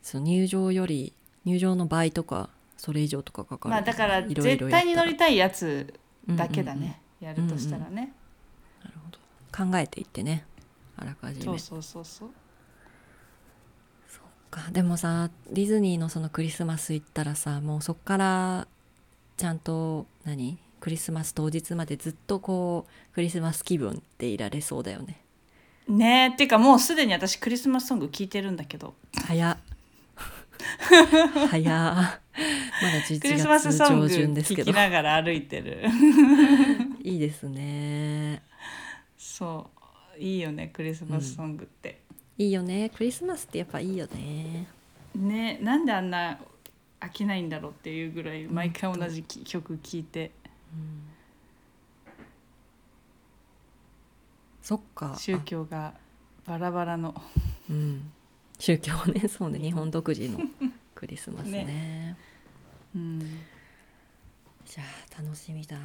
Speaker 2: その入場より入場の倍とかそれ以上とかかかる
Speaker 3: まあだから
Speaker 2: いろいろ
Speaker 3: 絶
Speaker 2: やっ
Speaker 3: 対
Speaker 2: た
Speaker 3: に乗りたいやつ
Speaker 2: うんうんう
Speaker 3: だ
Speaker 2: ん
Speaker 3: けだね、やるとしたらね、
Speaker 2: なるほど考えていってねあらかじめ
Speaker 3: そうそうそうそう
Speaker 2: かでもさディズニーのそのクリスマス行ったらさもうそっからちゃんと何クリスマス当日までずっとこうクリスマス気分っていられそうだよね
Speaker 3: ねえっていうかもうすでに私クリスマスソング聴いてるんだけど
Speaker 2: 早っ <laughs> 早っまだ11
Speaker 3: クリスマス
Speaker 2: 月
Speaker 3: ソン
Speaker 2: 上
Speaker 3: グ
Speaker 2: 旬です
Speaker 3: 聴
Speaker 2: け
Speaker 3: き
Speaker 2: ど
Speaker 3: ながら歩いてる
Speaker 2: いいですね
Speaker 3: <laughs> そういいよねクリスマスソングって、
Speaker 2: いいよねクリスマスってやっぱいいよね
Speaker 3: ねえなんであんな飽きないんだろうっていうぐらい毎回同じき曲聴いて
Speaker 2: そっか
Speaker 3: 宗教がバラバラの
Speaker 2: うん、宗教ねそうね日本独自のクリスマ
Speaker 3: <laughs>
Speaker 2: スね
Speaker 3: うん
Speaker 2: じゃあ楽しみだ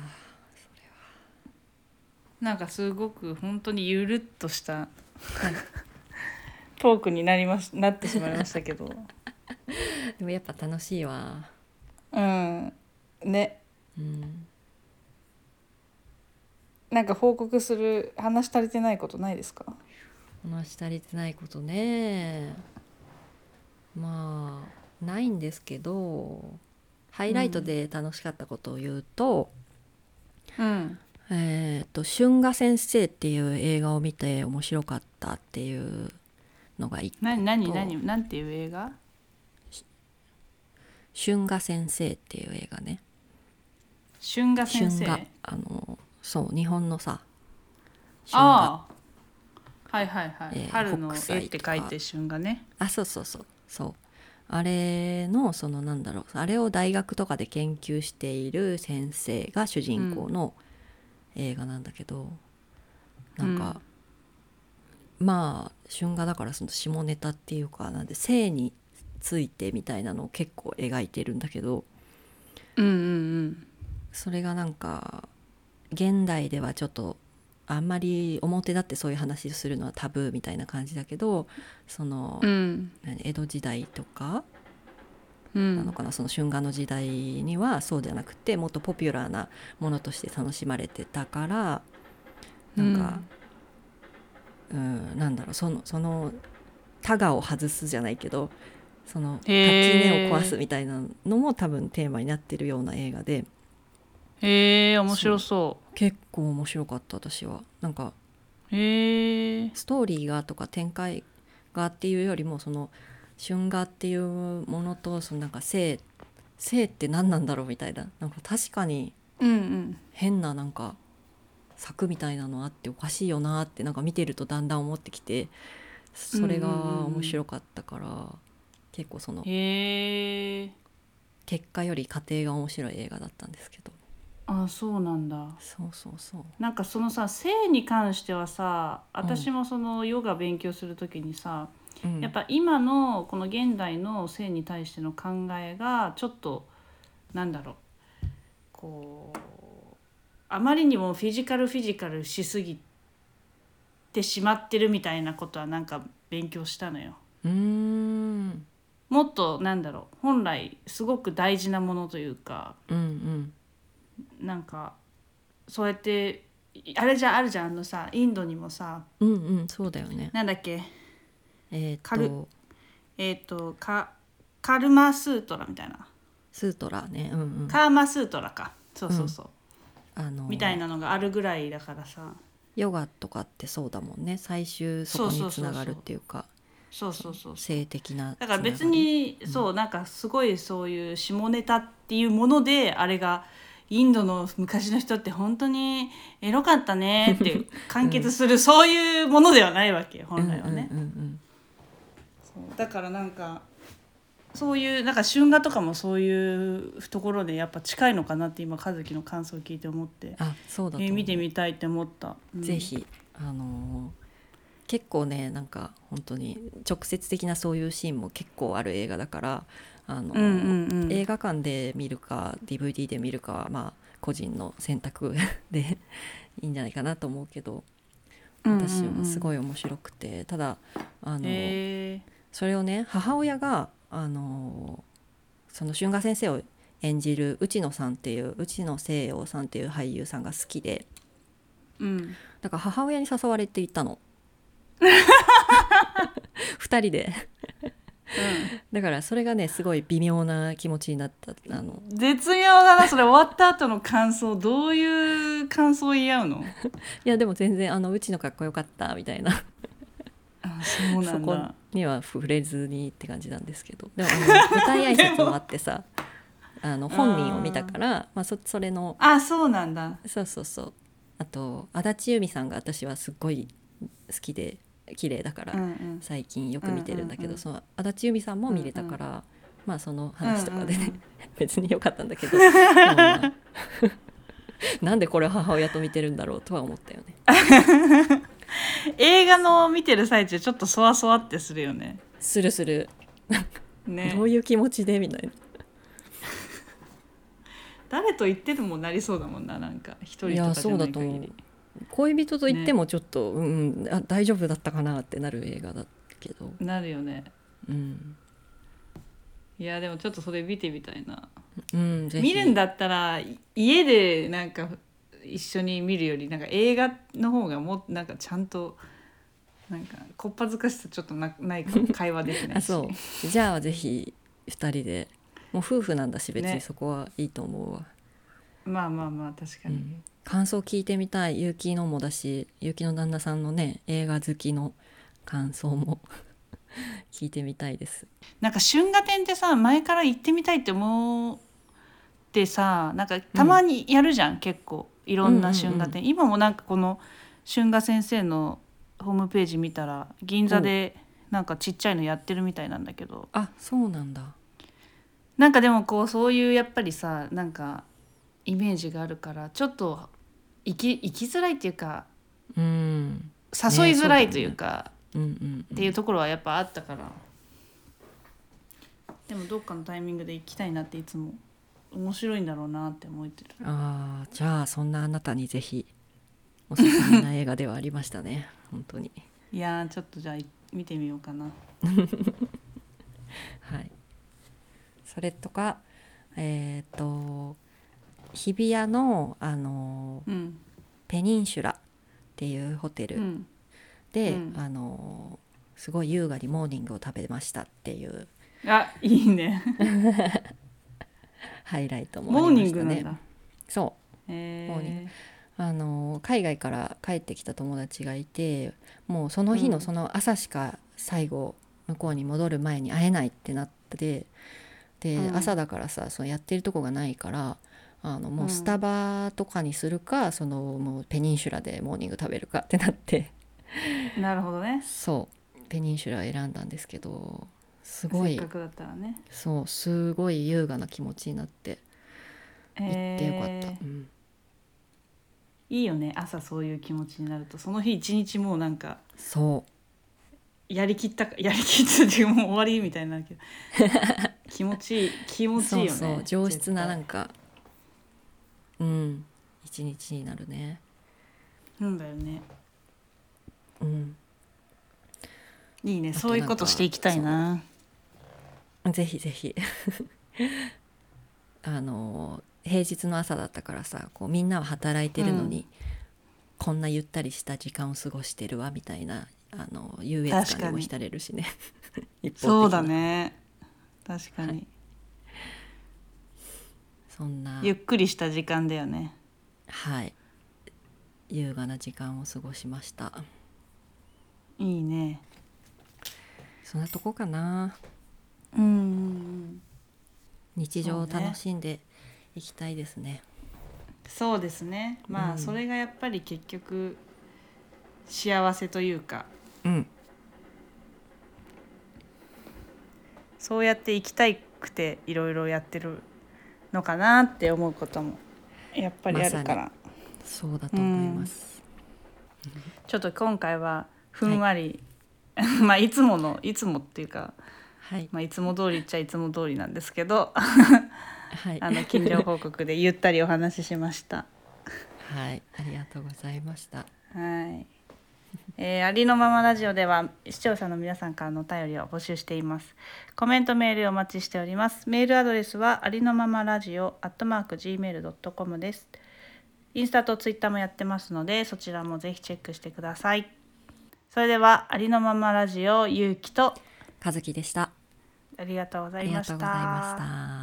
Speaker 3: なんかすごく本当にゆるっと <laughs> したトークになりますなってしまいましたけど
Speaker 2: でもやっぱ楽しいわ
Speaker 3: <laughs> うんね
Speaker 2: うん
Speaker 3: なんか報告する話足りてないことないですか
Speaker 2: 話し足りてないことねまあないんですけどハイライトで楽しかったことを言うと
Speaker 3: うん
Speaker 2: 「えーっと春画先生」っていう映画を見て面白かったっていうのが一個
Speaker 3: 何
Speaker 2: と
Speaker 3: 何何なんていう映画
Speaker 2: 春画先生」っていう映画ね
Speaker 3: 春画先
Speaker 2: 春
Speaker 3: 生
Speaker 2: 画あのそう日本のさ春画
Speaker 3: ああはいはいはい、
Speaker 2: えー
Speaker 3: 春の
Speaker 2: 北
Speaker 3: 絵
Speaker 2: 斎
Speaker 3: って
Speaker 2: と
Speaker 3: 書
Speaker 2: か
Speaker 3: いて春画ね
Speaker 2: あそうそうそうそうあれのそのなんだろうあれを大学とかで研究している先生が主人公の映画なんだけど、なんか、まあ春画だからその下ネタっていうかなんで性についてみたいなのを結構描いてるんだけど
Speaker 3: うんうん
Speaker 2: それがなんか現代ではちょっとあんまり表立ってそういう話するのはタブーみたいな感じだけどその、
Speaker 3: ん
Speaker 2: 何江戸時代とか
Speaker 3: う
Speaker 2: なの
Speaker 3: ん
Speaker 2: かなその春画の時代にはそうじゃなくてもっとポピュラーなものとして楽しまれてたからなんか、うん、なんだろうそのそのタガを外すじゃないけどその垣根を壊すみたいなのも多分テーマになってるような映画で
Speaker 3: へえ面白そ
Speaker 2: 結構面白かった私はなんか
Speaker 3: うへえ
Speaker 2: ストーリーがとか展開がっていうよりもその春画っていうものとそのなんか性性って何なんだろうみたいななんか確かに
Speaker 3: うんうん
Speaker 2: 変ななんか柵みたいなのあっておかしいよなってなんか見てるとだんだん思ってきてそれが
Speaker 3: うんうんうんうん
Speaker 2: 面白かったから、結構その
Speaker 3: へえ
Speaker 2: 結果より過程が面白い映画だったんですけど
Speaker 3: あそうなんだ
Speaker 2: そうそうそう
Speaker 3: なんかそのさ性に関してはさ私もそのヨガ勉強する時にさ、
Speaker 2: うん
Speaker 3: やっぱ今のこの現代の性に対しての考えがちょっとなんだろうこうあまりにもフィジカルフィジカルしすぎてしまってるみたいなことはなんか勉強したのよ。
Speaker 2: うーん
Speaker 3: もっとなんだろう本来すごく大事なものというか
Speaker 2: うんうん
Speaker 3: なんかそうやっていあれじゃあるじゃんあのさインドにもさ
Speaker 2: うんうんそうだよね
Speaker 3: なんだっけ
Speaker 2: えー
Speaker 3: カ
Speaker 2: っ
Speaker 3: ル
Speaker 2: と
Speaker 3: えっ、とカカルマスートラみたいな、
Speaker 2: スートラねうんうん
Speaker 3: カーマスートラかそうそうそう、
Speaker 2: あの
Speaker 3: みたいなのがあるぐらいだからさ
Speaker 2: ヨガとかってそうだもんね最終そこにつながるっていうか
Speaker 3: そうそうそうそう
Speaker 2: 性的な
Speaker 3: だから別
Speaker 2: つながり
Speaker 3: にそうなんかすごいそういう下ネタっていうものであれがインドの昔の人って本当にエロかったねって完結する <laughs> そういうものではないわけよ本来はね
Speaker 2: う。んうんうん
Speaker 3: そうだからなんかそういうなんか春画とかもそういうところでやっぱ近いのかなって今和樹の感想を聞いて思って、
Speaker 2: あそうだと
Speaker 3: え
Speaker 2: 思う
Speaker 3: 見てみたいって思った。うん
Speaker 2: ぜひあのー結構ねなんか本当に直接的なそういうシーンも結構ある映画だからあのー、
Speaker 3: うんうんうん
Speaker 2: 映画館で見るか DVD で見るかはまあ個人の選択 <laughs> でいいんじゃないかなと思うけど私はす
Speaker 3: い、
Speaker 2: ごい面白くて、ただあの、
Speaker 3: え
Speaker 2: それをね母親があのその春画先生を演じる内野さんっていう内野聖陽さんっていう俳優さんが好きで
Speaker 3: ーうん、
Speaker 2: だから母親に誘われていったの <laughs> 二人でだからそれがねすごい微妙な気持ちになったあの
Speaker 3: うん絶妙だなそれ終わった後の感想どういう感想を言い合うの
Speaker 2: いやでも全然あのうちのかっこよかったみたいな
Speaker 3: あそうな
Speaker 2: そ
Speaker 3: ん
Speaker 2: こ
Speaker 3: だ
Speaker 2: には触れずにって感じなんですけどでもあの舞台挨拶もあってさあの本人を見たからまあ、そそれの
Speaker 3: あそうなんだ
Speaker 2: そうそうそうあと足立由美さんが私はすごい好きで綺麗だから、
Speaker 3: うんうん
Speaker 2: 最近よく見てるんだけど、
Speaker 3: うんうんうん
Speaker 2: その足立由美さんも見れたから、まあその話とかで
Speaker 3: う
Speaker 2: ね、
Speaker 3: んうんうん
Speaker 2: <laughs> 別に良かったんだ
Speaker 3: <laughs>
Speaker 2: けどでもまあ <laughs> なんでこれを母親と見てるんだろうとは思ったよね。
Speaker 3: 映画の見てる最中ちょっとそわそわってするよね
Speaker 2: するする、
Speaker 3: ね
Speaker 2: どういう気持ちでみたいな
Speaker 3: 誰と言ってでもなりそうだもんななんか一人とかじゃない限り
Speaker 2: 恋人と言ってもちょっと、うんうんあ大丈夫だったかなってなる映画だけど、
Speaker 3: なるよね
Speaker 2: うん
Speaker 3: いやでもちょっとそれ見てみたいな
Speaker 2: うん、ぜ
Speaker 3: 見
Speaker 2: ひ
Speaker 3: るんだったらい家でなんか一緒に見るよりなんか映画の方がもなんかちゃんとなんかこっぱずかしさちょっとなないかも会話できない
Speaker 2: あ
Speaker 3: し
Speaker 2: そうじゃあぜひ2人でもう夫婦なんだし別に
Speaker 3: ね
Speaker 2: そこはいいと思うわ、
Speaker 3: まあまあまあ確か
Speaker 2: う
Speaker 3: に、
Speaker 2: ん感想聞いてみたい結城のもだし結城の旦那さんのね映画好きの感想も <laughs> 聞いてみたいです
Speaker 3: なんか春画展ってさ前から行ってみたいって思ってさなんかたまにやるじゃん、結構いろんな春画展、今もなんかこの春画先生のホームページ見たら銀座でなんかちっちゃいのやってるみたいなんだけど、
Speaker 2: あそうなんだ
Speaker 3: なんかでもこうそういうやっぱりさなんかイメージがあるからちょっと行き行きづらいっていうか
Speaker 2: うん
Speaker 3: 誘いづらいというか、
Speaker 2: うんうん
Speaker 3: っていうところはやっぱあったから、でもどっかのタイミングで行きたいなっていつも面白いんだろうなって思ってる
Speaker 2: あーじゃあそんなあなたにぜひおすすめな映画ではありましたね <laughs> 本当に
Speaker 3: いやーちょっとじゃあい見てみようかな
Speaker 2: はいそれとかえっ、と日比谷のあの
Speaker 3: うん
Speaker 2: ペニンシュラっていうホテ
Speaker 3: う
Speaker 2: ル
Speaker 3: ん
Speaker 2: で、
Speaker 3: うん
Speaker 2: あのすごい優雅にモーニングを食べましたっていう
Speaker 3: あいいね
Speaker 2: ハイライトも
Speaker 3: モー
Speaker 2: あり
Speaker 3: ニ
Speaker 2: ま
Speaker 3: ン
Speaker 2: し
Speaker 3: グ
Speaker 2: た
Speaker 3: なん
Speaker 2: ね
Speaker 3: だ、。
Speaker 2: そ
Speaker 3: え
Speaker 2: モーニン
Speaker 3: ー、
Speaker 2: うあの海外から帰ってきた友達がいてもうその日
Speaker 3: う
Speaker 2: の
Speaker 3: ん
Speaker 2: その朝しか最後向こうに戻る前に会えないってなってで、
Speaker 3: うん
Speaker 2: 朝だからさそのやってるとこがないからあのもうスタバとかにするか、そのもうペニンシュラでモーニング食べるかってなって。
Speaker 3: なるほどね
Speaker 2: そうペニンシュラを選んだんですけどすご
Speaker 3: せっ
Speaker 2: い
Speaker 3: かくだったらね
Speaker 2: そうすごい優雅な気持ちになって行ってよかった、
Speaker 3: えー
Speaker 2: うん
Speaker 3: いいよね朝そういう気持ちになるとその日一日もうなんか
Speaker 2: そう
Speaker 3: やりきったかやりきったっていうかもう終わりみたいになる
Speaker 2: <laughs>
Speaker 3: けど気持ちいい気持ちいい
Speaker 2: そ
Speaker 3: よ
Speaker 2: う
Speaker 3: ね
Speaker 2: そう上質ななん
Speaker 3: か
Speaker 2: かうん一日になるね
Speaker 3: なんだよね
Speaker 2: うん
Speaker 3: いいね
Speaker 2: あと
Speaker 3: そういうことしていきたいな
Speaker 2: ぜひぜひあの平日の朝だったからさこうみんなは働いてるのに、こんなゆったりした時間を過ごしてるわみたいなあの優越
Speaker 3: 確
Speaker 2: 感
Speaker 3: か
Speaker 2: にも
Speaker 3: に
Speaker 2: 浸れるしね一方的な
Speaker 3: そうだね確かに、
Speaker 2: そんな
Speaker 3: ゆっくりした時間だよね
Speaker 2: はい優雅な時間を過ごしました
Speaker 3: いいね
Speaker 2: そんなとこかな
Speaker 1: うんうん
Speaker 2: 日常を
Speaker 3: そうね
Speaker 2: 楽しんでいきたいですね
Speaker 3: そうですねまあ、
Speaker 2: うん
Speaker 3: それがやっぱり結局幸せというか
Speaker 2: うん
Speaker 3: そうやって生きたくていろいろやってるのかなって思うこともやっぱりあるか
Speaker 2: ま
Speaker 3: ら、
Speaker 2: そうだと思います、
Speaker 3: ちょっと今回はふんわり、 <laughs> まあいつものいつもっていうか、
Speaker 2: はい
Speaker 3: まあ、いつも通りっちゃいつも通りなんですけど
Speaker 2: は
Speaker 3: <laughs>
Speaker 2: い
Speaker 3: あの近況報告でゆったりお話ししました。
Speaker 2: <laughs> はいありがとうございました
Speaker 3: はい。えー、ありのままラジオでは視聴者の皆さんからのお便りを募集しています。コメントメールお待ちしております。メールアドレスはありのままラジオアットマーク gmail ドットコムです。インスタとツイッターもやってますので、そちらもぜひチェックしてください。それではありのままラジオゆうきと
Speaker 2: 和樹でした
Speaker 3: ありがとうござ
Speaker 2: あ
Speaker 3: い
Speaker 2: り
Speaker 3: ま
Speaker 2: が
Speaker 3: した。
Speaker 2: とうございました